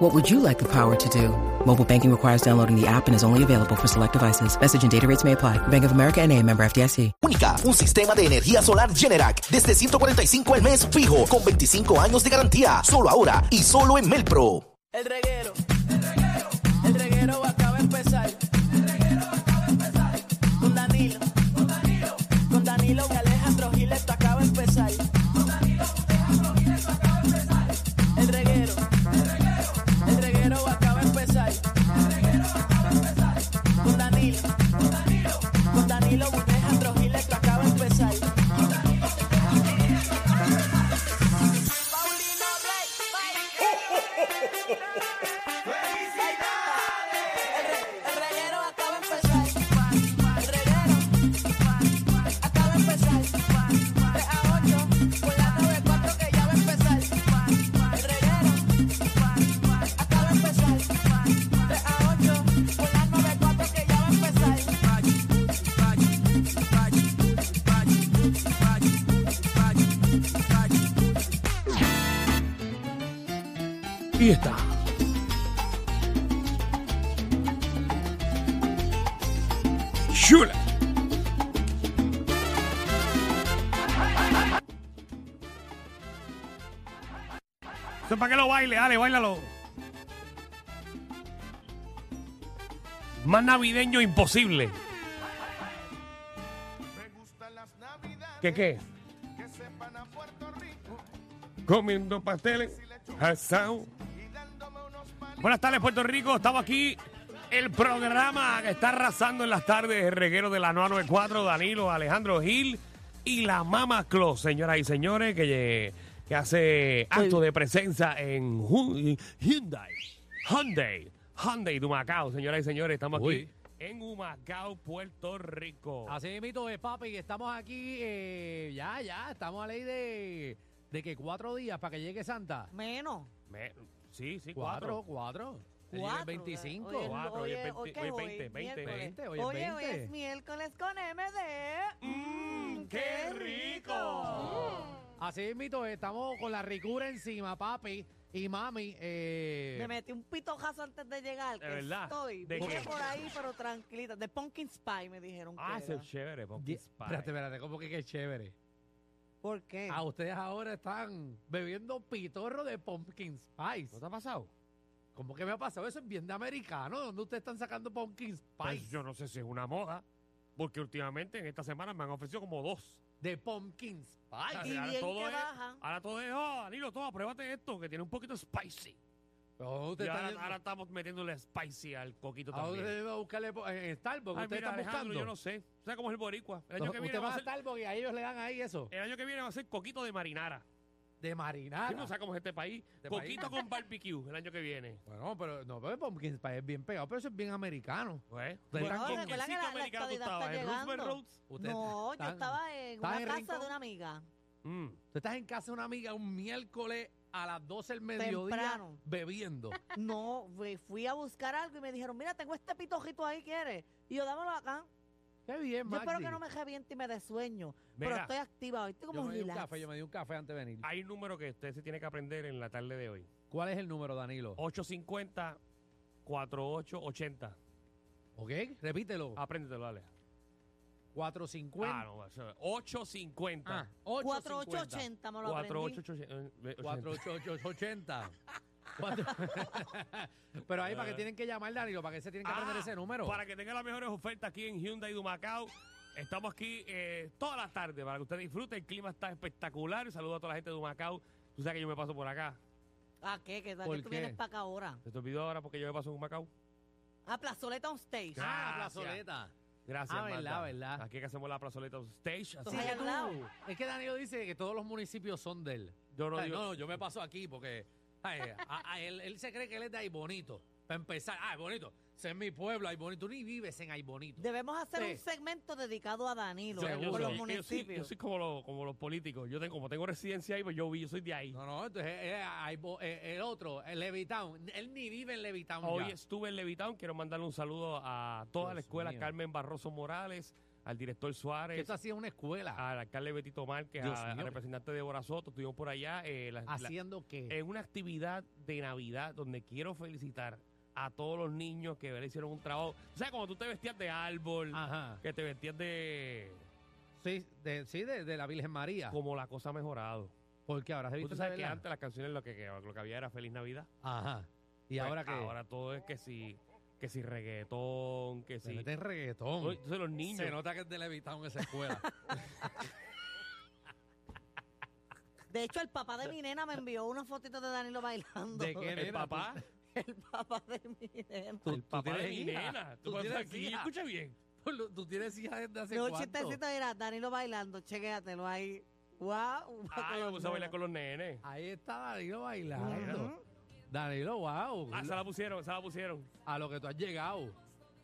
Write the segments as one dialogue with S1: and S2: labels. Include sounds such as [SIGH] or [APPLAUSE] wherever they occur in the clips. S1: What would you like the power to do? Mobile banking requires downloading the app and is only available for select devices. Message and data rates may apply. Bank of America and a member FDIC.
S2: Única, un sistema de energía solar Generac desde 145 al mes fijo con 25 años de garantía, solo ahora y solo en Melpro.
S3: El reguero. El reguero acaba de empezar. El reguero acaba de empezar. Con Danilo. Con Danilo. Con Danilo y Alejandro Gil esto acaba de empezar. Con Danilo y Alejandro Gil esto acaba de empezar. El reguero. El reguero. El reguero acaba de empezar. El reguero acaba de empezar. Con Danilo. Con Danilo. Con Danilo y Alejandro Gil esto acaba de empezar. Paulino Blake. El reguero acaba de empezar. El reguero acaba de empezar. 3 a 8, por la 94 que ya va a empezar. El reguero acaba de empezar. 3 a 8, por la 94 que ya va a empezar.
S4: Y está. Chula. Eso es para que lo baile, dale, bailalo. Más navideño imposible. ¿Qué qué? Comiendo pasteles asado. Buenas tardes, Puerto Rico. Estamos aquí. El programa que está arrasando en las tardes, el reguero de la 994, Danilo, Alejandro Gil y la Mama Claus, señoras y señores, que, que hace acto de presencia en Hu- Hyundai, Hyundai, Hyundai de Humacao, señoras y señores, estamos aquí
S5: Uy. Ah.
S4: en Humacao, Puerto Rico.
S5: Así mito es, papi, que estamos aquí, eh, ya, ya, estamos a ley de, de que cuatro días para que llegue Santa.
S6: Menos.
S4: Me- sí, sí,
S5: Cuatro,
S4: cuatro.
S5: cuatro. Hoy es
S6: Cuatro.
S5: el 25.
S6: Hoy es-
S4: Cuatro,
S6: hoy
S4: hoy es
S6: es-
S4: veinti-
S6: ¿qué es
S4: hoy es
S6: hoy?
S4: veinte, veinte.
S6: Miércoles.
S5: Veinte, hoy es
S6: Oye, hoy
S5: veinte.
S6: es miércoles con mm, MD.
S4: Mmm, qué rico.
S5: Así mito es, estamos con la ricura encima, papi y mami. eh,
S6: Me metí un pitojazo antes de llegar.
S4: Mm. De
S6: que
S4: verdad.
S6: Estoy.
S4: ¿De
S6: Vine
S4: qué?
S6: por ahí, pero tranquilita. De Pumpkin Spy me dijeron.
S4: Ah,
S6: que
S4: ese
S6: era.
S4: es chévere, Pumpkin
S5: di-
S4: Spice.
S5: espérate, espérate, como que qué chévere.
S6: ¿Por qué?
S4: Ah,
S5: A ustedes ahora están bebiendo pitorro de pumpkin
S4: ¿No
S5: spice.
S4: te ha pasado?
S5: ¿Cómo que me ha pasado? Eso es bien de americano. ¿Dónde ustedes están sacando pumpkin
S4: Pues
S5: spice?
S4: yo no sé si es una moda, porque últimamente en esta semana me han ofrecido como dos.
S5: De pumpkin
S4: Ah,
S5: spice.
S6: y
S4: ahora
S6: bien
S4: todo
S6: que
S4: es-
S6: bajan.
S4: Ahora todo es, oh, Danilo, toma, pruébate esto, que tiene un poquito spicy.
S5: No,
S4: Y
S5: ustedes
S4: ahora,
S5: están-
S4: ahora estamos metiéndole spicy al coquito
S5: ¿A dónde
S4: también.
S5: debe buscarle po- en Starbucks?
S4: Ay,
S5: ¿Ustedes
S4: mira,
S5: están
S4: Alejandro,
S5: buscando?
S4: yo no sé. ¿Sabes cómo es el boricua? El año, que
S5: Usted
S4: viene
S5: va
S4: va
S5: a
S4: a ser,
S5: Starbucks y a ellos le dan ahí eso.
S4: el año que viene va a ser coquito de marinara.
S5: Eh, De
S4: ¿Sí?
S6: Ah.
S5: marinara.
S4: ¿No sabes cómo es este país?
S5: De
S4: coquito
S5: marinara.
S4: con barbecue el año que viene.
S5: Bueno, pero no, pero pumpkin spice es bien pegado, pero eso es bien americano.
S4: Pues,
S5: Bueno,
S4: ¿con
S5: recuerda
S4: quién
S6: que
S4: sitio
S6: la- la
S4: americano tú
S6: actualidad
S4: estabas?
S6: está
S4: ¿En Roosevelt
S6: llegando.
S4: Roads?
S5: Usted-
S6: No, yo
S5: están-
S6: estaba en
S5: están
S6: una
S5: en
S6: casa
S5: rincón.
S6: de una amiga.
S4: Mm.
S5: Tú estás en casa de una amiga un miércoles a las 12 del mediodía
S6: Temprano.
S5: [LAUGHS] bebiendo.
S6: No, fui- fui a buscar algo y me dijeron, mira, tengo este pitojito ahí, ¿quieres? Y yo, dámelo acá.
S5: Qué bien,
S6: Yo espero
S5: Magdi.
S6: que no me reviente y me dé sueño. pero
S4: Mira,
S6: estoy activa hoy, estoy
S5: Yo
S6: como
S5: me di un
S6: relax.
S5: café, yo me di un café antes de venir.
S4: hay un número que usted se tiene que aprender en la tarde de hoy.
S5: ¿Cuál es el número, Danilo?
S4: 850-4880.
S5: ¿Ok? Repítelo.
S4: Apréndetelo, dale.
S5: 450.
S4: Ah, no, o sea, 850.
S5: Ah, 850.
S6: 4880 me lo aprendí.
S4: eh, 4880. [LAUGHS]
S5: 48880. Pero ahí, ¿para qué tienen que llamar, Danilo? ¿Para qué se tienen que aprender
S4: Ah,
S5: ese número?
S4: Para que tengan las mejores ofertas aquí en Hyundai Dumacao. Estamos aquí eh, todas las tardes para que usted disfrute. El clima está espectacular. Un saludo a toda la gente de Dumacao. Tú sabes que yo me paso por acá.
S6: ¿A qué? ¿Que, a
S5: ¿Por
S6: qué tú
S5: qué?
S6: vienes para acá ahora?
S4: ¿Se te olvidó ahora porque yo me paso en Dumacao?
S6: A Plazoleta on Stage.
S4: Ah,
S5: Ah, la
S4: Gracias.
S5: plazoleta.
S4: Gracias,
S5: Ah, verdad,
S4: Marta.
S5: verdad.
S4: Aquí que hacemos la plazoleta stage. así
S6: Sí,
S4: que
S6: al lado.
S5: Es que Danilo dice que todos los municipios son de él.
S4: yo no
S5: Ay,
S4: digo...
S5: no, no, yo me paso aquí porque ay, a- a- él, él se cree que él es de ahí bonito. Para empezar, ah, es bonito. Ese es mi pueblo, Aybonito. Tú ni vives en Aybonito.
S6: Debemos hacer
S5: Sí.
S6: un segmento dedicado a Danilo,
S5: Yo- yo soy-
S6: por los
S4: yo soy, yo
S6: municipios.
S4: soy como, los, como los políticos. Yo tengo, como tengo residencia ahí, pues yo, vi- yo soy de ahí.
S5: No, no, entonces eh, Aybo- eh, el otro, el Levitown. Él ni vive en Levitown.
S4: Hoy
S5: ya.
S4: estuve en Levitown. Quiero mandarle un saludo a toda la
S5: Dios
S4: escuela.
S5: mío.
S4: Carmen Barroso Morales, al director
S5: Que
S4: Suárez,
S5: esto hacía una escuela.
S4: al alcalde Betito Márquez,
S5: Dios
S4: a- al
S5: mío.
S4: representante Débora Soto. Estuvimos por allá. eh, la- la-
S5: ¿Haciendo qué?
S4: en una actividad de Navidad donde quiero felicitar a todos los niños que le hicieron un trabajo. O sea, cuando tú te vestías de árbol,
S5: Ajá.
S4: que te vestías de...
S5: Sí, de, sí, de, de la Virgen María.
S4: Como la cosa ha mejorado.
S5: Porque ahora se
S4: Pues Tú
S5: viste
S4: sabes que antes las canciones lo que, que- lo que había era Feliz Navidad.
S5: Ajá. Y
S4: Pues
S5: ahora que.
S4: Ahora todo es que si, que si reggaetón, que
S5: se
S4: si...
S5: meten reggaetón.
S4: Oye, Entonces los niños...
S5: Se nota que es de Levitown
S4: [LAUGHS]
S5: esa escuela.
S6: De hecho, el papá de mi nena me envió una fotito de Danilo bailando.
S5: ¿De qué?
S4: el
S5: nena,
S4: papá,
S6: El papá de mi nena.
S5: Tú-
S4: el
S5: tú
S4: papá de
S5: tienes
S4: mi
S5: hija.
S4: nena.
S5: Tú
S4: Tú vas
S5: tienes
S4: aquí,
S5: hija.
S4: escucha bien.
S5: Tú lo- Tú tienes hijas desde hace
S6: No, el
S5: cuánto.
S6: chistecito era Danilo bailando, chequéatelo ahí. Guau.
S5: Ah,
S4: Ay, vamos a bailar con los nenes.
S5: Ahí está Danilo bailando.
S6: Ujú.
S5: Danilo, wow.
S4: Ah, se la pusieron, se la pusieron.
S5: A lo que tú has llegado.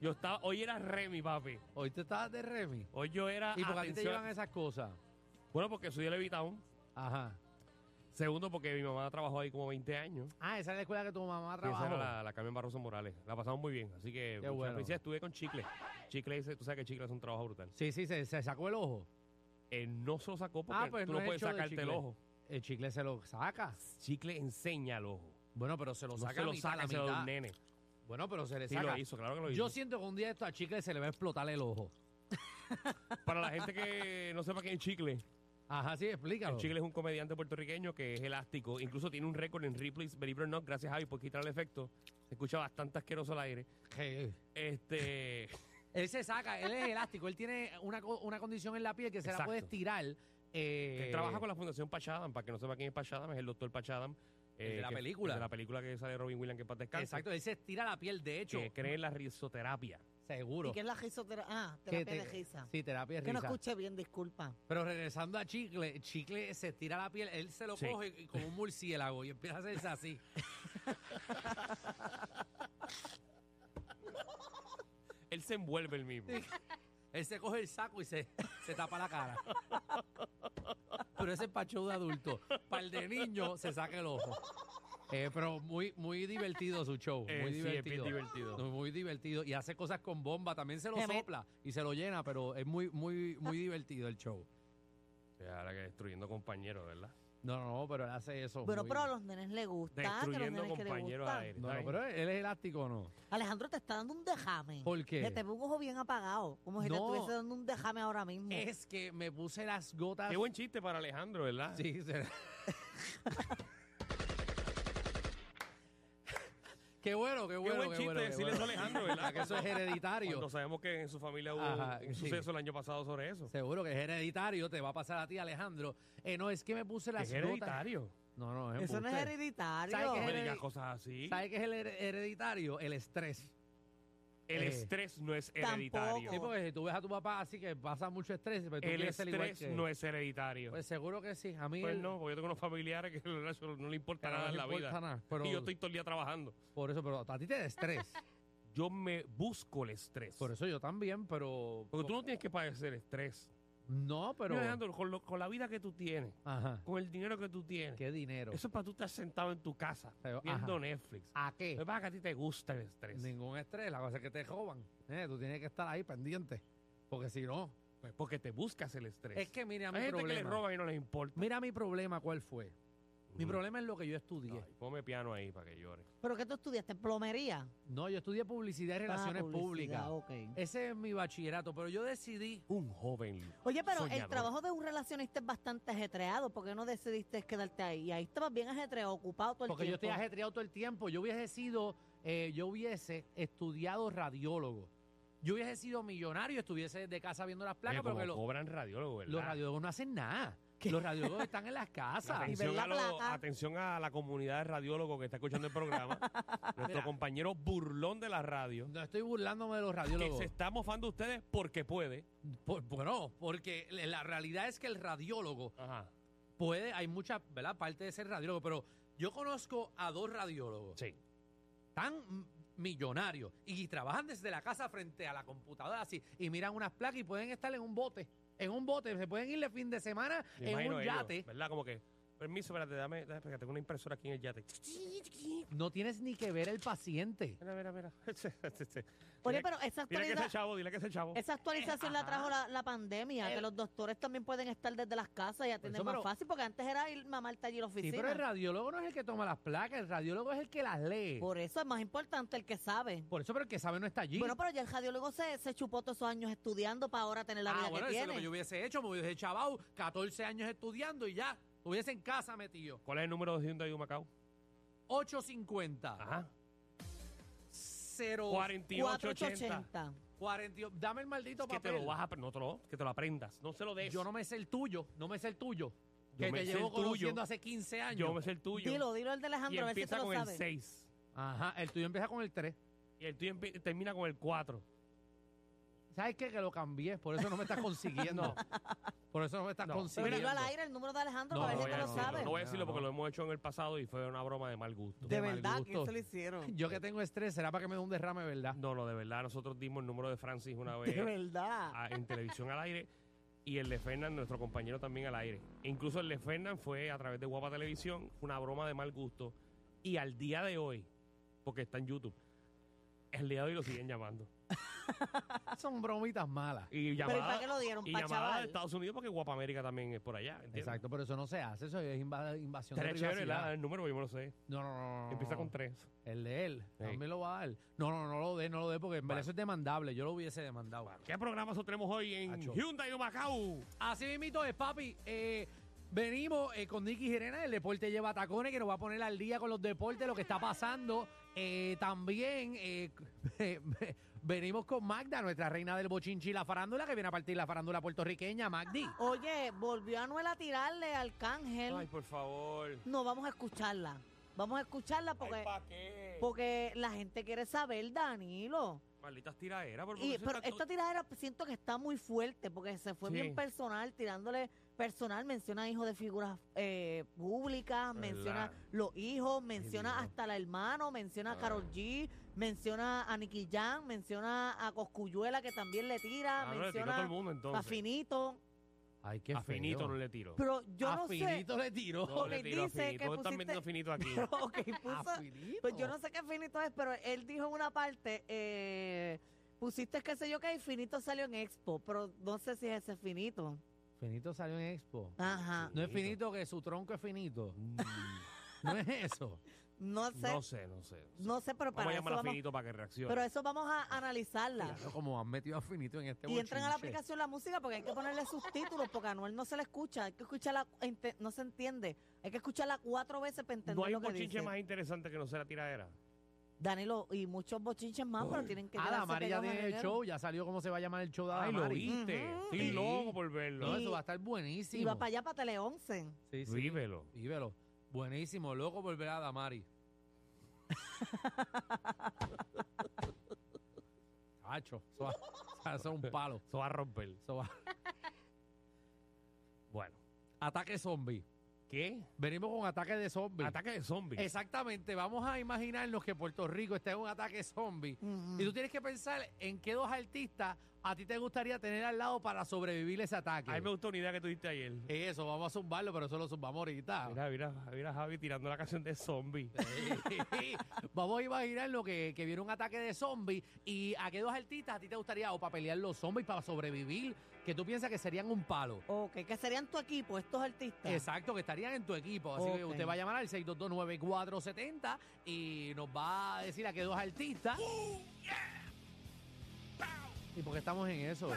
S4: Yo estaba, hoy era Remy, papi.
S5: Hoy te estabas de Remy.
S4: Hoy yo era.
S5: ¿Y por qué a ti te
S4: atención-
S5: llevan esas cosas?
S4: Bueno, porque soy de Levitown.
S5: Ajá.
S4: Segundo, porque mi mamá trabajó ahí como 20 años.
S5: Ah, esa es la escuela que tu mamá
S4: Y esa
S5: trabajó.
S4: era la, la Carmen Barroso Morales. La pasamos muy bien. Así que
S5: Qué
S4: muchas
S5: bueno.
S4: felicidades. estuve con Chicle. Chicle, dice- tú sabes que Chicle es un trabajo brutal.
S5: Sí, sí, se, se sacó el ojo.
S4: Eh, no se lo sacó porque
S5: Ah, pues
S4: tú
S5: no
S4: no,
S5: es
S4: puedes
S5: show de
S4: sacarte el
S5: Chicle.
S4: ojo.
S5: El chicle se lo saca.
S4: Chicle enseña el ojo.
S5: Bueno, pero se lo
S4: No
S5: saca.
S4: se
S5: a
S4: lo
S5: mitad,
S4: saca,
S5: la
S4: se lo da
S5: mitad.
S4: un nene.
S5: Bueno, pero se le
S4: Sí,
S5: saca.
S4: lo hizo, claro que lo hizo.
S5: Yo siento que un día esto a chicle se le va a explotar el ojo.
S4: Para la gente que no sepa quién es Chicle,
S5: [LAUGHS] Ajá, sí, explícalo.
S4: el Chicle es un comediante puertorriqueño que es elástico. Incluso tiene un récord en Ripley's Believe it or Not. Gracias, Javi, por quitar el efecto. Se escucha bastante asqueroso al aire.
S5: Que- [LAUGHS]
S4: Este.
S5: Él se saca, él es elástico, él tiene una, co- una condición en la piel que se la
S4: Exacto.
S5: puede estirar.
S4: que
S5: eh,
S4: trabaja con la Fundación Pachadam, para que no sepa quién es Pachadam, es el doctor Pachadam. eh,
S5: de la
S4: que-
S5: película.
S4: el De la película que sale Robin Williams, que en paz descanse,
S5: Exacto, él se estira la piel, de hecho.
S4: Que cree en la risoterapia.
S5: Seguro.
S6: ¿Y qué es la risoterapia? Ah,
S5: Que
S6: terapia de
S5: te-
S6: risa.
S5: Sí, terapia de
S6: Que no
S5: risa.
S6: escuché bien, disculpa.
S5: Pero regresando a Chicle, Chicle se estira la piel, él se lo
S4: Sí.
S5: coge y- como un murciélago y empieza a hacerse así.
S4: Él se envuelve el
S5: [LAUGHS]
S4: mismo.
S5: Él se coge el saco y se, se tapa la cara. Pero ese es para show de adulto. Para el de niño se saca el ojo. Eh, pero muy, muy divertido su show.
S4: Eh,
S5: muy
S4: sí, es bien
S5: divertido.
S4: divertido.
S5: No, Muy divertido. Y hace cosas con bomba. También se lo
S6: Se me-
S5: sopla y se lo llena, pero es muy, muy, muy divertido el show.
S4: Eh, Ahora que destruyendo compañeros, ¿verdad?
S5: No, no, no, pero él hace eso.
S6: Bueno,
S5: Pues muy-
S6: pero a los nenes les gusta. que a los
S4: Destruyendo
S6: nenes que les
S4: compañeros
S6: gusta.
S4: al aire. ¿está
S5: No, no,
S4: bien?
S5: pero él es elástico o no.
S6: Alejandro te está dando un dejame.
S5: ¿Por
S6: Que
S5: qué?
S6: te ve un ojo bien apagado. Como si te
S5: No.
S6: estuviese dando un dejame ahora mismo.
S5: Es que me puse las gotas.
S4: Qué buen chiste para Alejandro, ¿verdad?
S5: Sí, se- Qué bueno, qué bueno.
S4: buen chiste
S5: bueno,
S4: decirle eso a Alejandro, ¿verdad?
S5: Que eso es
S4: Cuando
S5: hereditario.
S4: sabemos que en su familia hubo
S5: Ajá,
S4: un
S5: sí.
S4: suceso el año pasado sobre eso.
S5: Seguro que es hereditario, te va a pasar a ti, Alejandro. Eh, no, es que me puse las
S4: Es hereditario.
S5: gotas. No, no, es
S6: Eso no es
S5: embuste.
S4: No
S5: ¿Sabe qué
S6: hereditario.
S5: es
S4: me digas
S5: heredi-
S4: cosas así.
S5: ¿Sabes qué es el her- hereditario? El estrés.
S4: El
S5: Eh,
S4: estrés no es
S6: tampoco.
S4: hereditario.
S5: Sí, porque si tú ves a tu papá así que pasa mucho estrés, pero tú
S4: El
S5: quieres ser igual
S4: estrés
S5: que...
S4: no es hereditario.
S5: Pues seguro que sí. A mí
S4: Pues
S5: el-
S4: no, porque yo tengo unos familiares que [LAUGHS] eso no le importa
S5: Pero
S4: nada
S5: no
S4: en
S5: le
S4: la
S5: importa
S4: vida.
S5: nada, pero-
S4: Y yo estoy todo el día trabajando.
S5: Por eso, pero a ti te da
S4: [LAUGHS]
S5: estrés.
S4: Yo me busco el estrés.
S5: Por eso yo también, pero...
S4: Porque tú no tienes que padecer estrés.
S5: No, pero...
S4: Mira, Alejandro, con, lo- con la vida que tú tienes,
S5: Ajá.
S4: con el dinero que tú tienes,
S5: Qué dinero.
S4: eso es para tú estar sentado en tu casa
S5: Pero,
S4: viendo
S5: ajá. Ah,
S4: Netflix.
S5: ¿A qué?
S4: Lo que pasa es que a Pues, ti te gusta el estrés.
S5: Ningún estrés, la cosa es que te roban. ¿eh? Tú tienes que estar ahí pendiente. Porque si no.
S4: Pues porque te buscas el estrés.
S5: Es que mira
S4: Hay
S5: mi
S4: gente que le
S5: problema.
S4: roban y no les importa.
S5: mira mi problema, ¿cuál fue? Mi
S4: Ujú.
S5: problema es lo que yo estudié.
S4: Ay, ponme piano ahí para que llore.
S6: ¿Pero qué tú estudiaste? ¿Plomería?
S5: No, yo estudié publicidad y relaciones
S6: Ah,
S5: públicas. Eh,
S6: publicidad, ok.
S5: Ese es mi bachillerato, pero yo decidí.
S4: Un joven.
S6: Oye, pero
S4: soñador.
S6: el trabajo de un relacionista es bastante ajetreado. ¿Por qué no decidiste quedarte ahí? Ahí estabas bien ajetreado, ocupado todo el
S5: Porque yo
S6: tiempo.
S5: estoy ajetreado todo el tiempo. Yo hubiese sido, eh, yo hubiese estudiado radiólogo. Yo hubiese sido millonario, estuviese desde casa viendo las
S4: Oye,
S5: placas,
S4: como
S5: porque los,
S4: cobran radiólogos, ¿verdad?
S5: los radiólogos no hacen nada. Los radiólogos
S4: [LAUGHS]
S5: están en las casas.
S6: Y
S4: Atención
S6: ver la
S4: a, los-
S6: placa.
S4: atención a la comunidad de radiólogos que está escuchando el [LAUGHS] programa. Nuestro
S5: Mira.
S4: compañero burlón de la radio.
S5: No estoy burlándome de los
S4: Que
S5: radiólogos.
S4: se está mofando ustedes porque puede.
S5: Por- bueno, porque le- la realidad es que el radiólogo
S4: Ajá.
S5: puede, hay mucha, ¿verdad? Parte de ser radiólogo, pero yo conozco a dos radiólogos
S4: Sí.
S5: tan mm, millonarios y trabajan desde la casa frente a la computadora así y miran unas placas y pueden estar en un bote. En un bote, se pueden ir de fin de semana
S4: Me
S5: en
S4: imagino
S5: un
S4: ellos,
S5: yate.
S4: ¿Verdad? Como que, permiso, espérate, dame, dame, espérate, tengo una impresora aquí en el yate.
S5: No tienes ni que ver el paciente.
S4: Mira, mira, [LAUGHS] mira.
S6: Oye,
S4: Dile-
S6: pero esa
S4: Dile que
S6: actualización,
S4: ese chavo, dile que ese chavo.
S6: esa actualización la trajo la, la pandemia,
S5: Eh.
S6: que los doctores también pueden estar desde las casas y atender
S5: eso,
S6: más
S5: pero-
S6: fácil, porque antes era ir mamarte allí a la
S5: Sí,
S6: oficina.
S5: pero el radiólogo no es el que toma las placas, el radiólogo es el que las lee. Por,
S6: Por eso es más importante el que sabe.
S5: eso, pero el que sabe no está allí.
S6: Bueno, pero ya el radiólogo se, se chupó todos esos años estudiando para ahora tener la vida
S5: ah, bueno,
S6: que
S5: eso
S6: tiene.
S5: es lo que yo hubiese hecho, me hubiese chavado 14 años estudiando y ya, hubiese en casa metido.
S4: ¿Cuál es el número de Hyundai de Macao?
S5: 850.
S4: Ajá.
S5: 0
S4: 4880.
S6: 480.
S5: 40. Dame el maldito
S4: Es que te
S5: papel.
S4: lo vas a, no te lo, que te lo aprendas. No se lo des.
S5: Yo no me sé el tuyo, no me sé el tuyo.
S4: Yo
S5: que
S4: me
S5: te
S4: sé
S5: llevo
S4: el tuyo.
S5: conociendo hace 15 años.
S4: Yo me sé el tuyo.
S6: Dilo, dilo el de
S4: y
S6: Alejandro, a ver si
S4: empieza
S6: te lo
S4: con el
S6: sabes.
S4: 6.
S5: Ajá, el tuyo empieza con el 3.
S4: Y el tuyo empie- termina con el 4.
S5: ¿Sabes qué? Que lo cambié, por eso
S4: [LAUGHS]
S5: no me estás consiguiendo. Por eso no me estás
S4: No.
S6: Pero
S5: consiguiendo.
S6: dilo al aire el número de Alejandro
S5: No,
S6: para
S5: no
S6: ver
S4: voy
S6: si
S4: a
S6: te
S5: no,
S6: lo
S5: no,
S4: decirlo,
S6: sabes.
S4: no voy a decirlo
S5: No,
S4: porque
S5: no.
S4: lo hemos hecho en el pasado y fue una broma de mal gusto.
S5: De mal gusto.
S6: hicieron?
S5: Yo que tengo estrés, será para que me dé un derrame, ¿verdad?
S4: No, no, de verdad, nosotros dimos el número de Francis una vez
S6: De verdad.
S4: a- en televisión al aire y el de Fernán, nuestro compañero también al aire. E Incluso el de Fernán fue a través de Guapa Televisión, fue una broma de mal gusto. Y al día de hoy, porque está en YouTube, el día de hoy lo siguen llamando.
S5: Son bromitas malas.
S4: Y
S6: Pero ¿y para
S4: llamada,
S6: qué lo dieron?
S4: y
S6: Pa'
S4: llamada de
S6: chaval.
S4: Estados Unidos porque Guapa América también es por allá. ¿entiendes?
S5: Exacto, pero eso no se hace, eso es inva- invasión de
S4: Tres chévere, ¿verdad?
S5: privacidad. Oh.
S4: el número, yo me lo sé.
S5: No, no, no, no, no.
S4: Empieza con
S5: no.
S4: tres.
S5: El de él,
S4: Sí.
S5: también lo va a dar. No, no, no lo dé, no lo dé, porque en verdad
S4: Bueno.
S5: eso es demandable, yo lo hubiese demandado.
S4: ¿Qué programa nosotros tenemos hoy en
S5: Acho.
S4: Hyundai de Macao?
S5: Así mismito es, papi. Eh, venimos eh, con Nicky Gerena, el deporte lleva tacones, que nos va a poner al día con los deportes, lo que está pasando. Eh, también eh, [LAUGHS] venimos con Magda, nuestra reina del bochinchi y la farándula, que viene a partir la farándula puertorriqueña, Magdi.
S6: Oye, volvió Anuel a tirarle al cángel.
S4: Ay, por favor.
S6: No, vamos a escucharla. Vamos a escucharla porque,
S4: ¿Para qué?
S6: porque la gente quiere saber, Danilo.
S4: Malditas tiraderas. por
S6: Y,
S4: favor.
S6: pero esta tiradera siento que está muy fuerte porque se fue
S4: Sí.
S6: bien personal, tirándole personal, menciona hijos de figuras eh, públicas, menciona
S4: Claro.
S6: los hijos, menciona
S4: Dios. Ah.
S6: hasta la hermano, menciona a Carol G, menciona a Nicky Jam, menciona a Coscuyuela que también le tira,
S4: Ah, no, le tiró a todo el
S6: menciona
S4: mundo
S6: a
S4: entonces.
S6: Finito.
S5: Ay, qué
S4: a Finito no
S5: feo.
S4: le tiro.
S6: Pero yo
S5: a
S6: no [LAUGHS] sé.
S5: Finito le tiró.
S4: No,
S5: [LAUGHS]
S4: le
S6: ok,
S4: tiro a
S6: dice
S4: Finito.
S6: que
S4: ¿Dónde están
S6: pusiste-
S4: metiendo a Finito aquí?
S6: Ok, puso-
S5: A Finito.
S6: pues yo no sé qué finito es, pero él dijo en una parte, eh, pusiste qué sé yo qué, y finito salió en Expo, pero no sé si es ese finito.
S5: Finito salió en Expo.
S6: Ajá.
S5: No es finito que su tronco es finito. No es eso.
S6: [LAUGHS] No sé,
S4: No
S6: no sé,
S4: sé, no sé.
S6: pero
S4: Vamos
S6: para
S4: a
S6: eso
S4: llamar a
S6: vamos,
S4: Finito para que reaccione.
S6: pero eso vamos
S4: Ah,
S6: a analizarla.
S5: Claro, como han metido a finito en este
S6: Y entran a la
S5: bochinche.
S6: aplicación la música porque hay que ponerle subtítulos porque a Anuel no se le escucha, hay que escucharla, ente- no se entiende, hay que escucharla cuatro veces para entender
S4: no hay
S6: lo
S4: un
S6: que
S4: bochinche
S6: dice.
S4: más interesante que no sea la tiradera.
S6: Danilo, y muchos bochinches más, pero tienen que
S5: Ah,
S6: quedarse
S5: Damari ya
S6: pegados en
S5: tiene el
S6: el-
S5: show, ya salió cómo se va a llamar el show de
S6: Ah,
S4: Ay, lo
S5: Damari.
S4: viste.
S6: Ujú.
S4: Estoy
S5: Ah, Sí.
S4: loco por verlo.
S5: No,
S6: Y-
S5: eso va a estar buenísimo.
S6: Y va para allá para Tele 11.
S5: Sí, sí.
S4: Vívelo.
S5: Vívelo. Buenísimo, loco volver a
S6: [LAUGHS]
S5: Damari. Cacho, eso va, eso va a ser un palo.
S4: Eso va a romper.
S5: Eso [LAUGHS] va-
S4: Bueno.
S5: Ataque zombie.
S4: ¿Qué?
S5: Venimos con ataque de zombie.
S4: Ataque de zombies.
S5: Exactamente, vamos a imaginarnos que Puerto Rico está en un ataque zombie.
S4: Mm.
S6: Ujú.
S5: Y tú tienes que pensar en qué dos artistas a ti te gustaría tener al lado para sobrevivir ese ataque.
S4: A mí me gustó una idea que tuviste ayer.
S5: Eso, vamos a zumbarlo, pero eso lo zumbamos ahorita.
S4: Mira, mira, mira a Javi tirando la canción de zombie.
S5: Sí. [LAUGHS] Vamos a imaginar lo que, que viene un ataque de zombies y a qué dos artistas a ti te gustaría o para pelear los zombies, para sobrevivir, que tú piensas que serían un palo.
S6: Ok, que serían tu equipo, estos artistas.
S5: Exacto, que estarían en tu equipo. Así que
S6: Ok.
S5: usted va a llamar al 6229470 y nos va a decir a qué dos artistas. ¿Y por qué estamos en eso?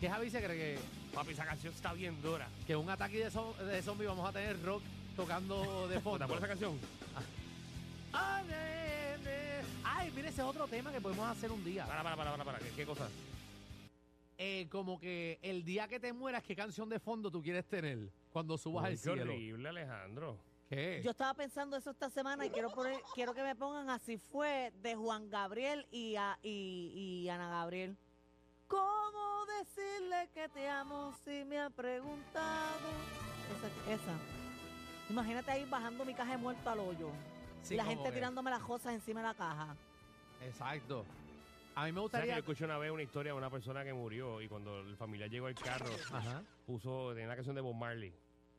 S5: ¿Qué Javi se cree que,
S4: Papi, esa canción está bien dura.
S5: que un ataque de, zom- de zombies vamos a tener rock tocando de
S4: ¿Te
S5: fondo?
S4: acuerdas de esa canción?
S5: Ah, ne, ne. Ay, mira, ese es otro tema que podemos hacer un día.
S4: Para, para, para, para, para. ¿Qué, qué cosa?
S5: Eh, como que el día que te mueras, ¿qué canción de fondo tú quieres tener cuando subas
S4: Uy,
S5: al
S4: qué
S5: cielo?
S4: horrible, Alejandro.
S5: ¿Qué?
S6: Yo estaba pensando eso esta semana y quiero poner, quiero que me pongan así fue de Juan Gabriel y, a- y, y Ana Gabriel. ¿Cómo decirle que te amo si me ha preguntado? Esa, esa. Imagínate ahí bajando mi caja de muerto al hoyo.
S5: Sí,
S6: y la
S5: como
S6: gente
S5: que-
S6: tirándome las cosas encima de la caja.
S5: Exacto. A mí
S4: ¿Sabes que
S5: me
S4: yo
S5: gustaría.
S4: escuché una vez una historia de una persona que murió y cuando el familiar llegó al carro
S5: Ajá.
S4: puso tenía una canción de Bob Marley.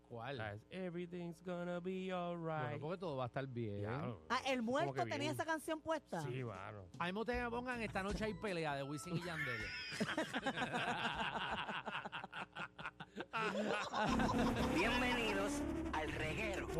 S5: ¿Cuál?
S4: ¿sabes? Everything's gonna be alright.
S5: Bueno, porque todo va a estar bien.
S4: Diablo.
S6: Ah, el
S4: Como que
S6: muerto tenía
S4: bien.
S6: esa canción puesta.
S4: Sí, mano.
S5: A mí me gustaría que me pongan esta noche hay pelea de Wisin y Yandel.
S7: Bienvenidos al reguero.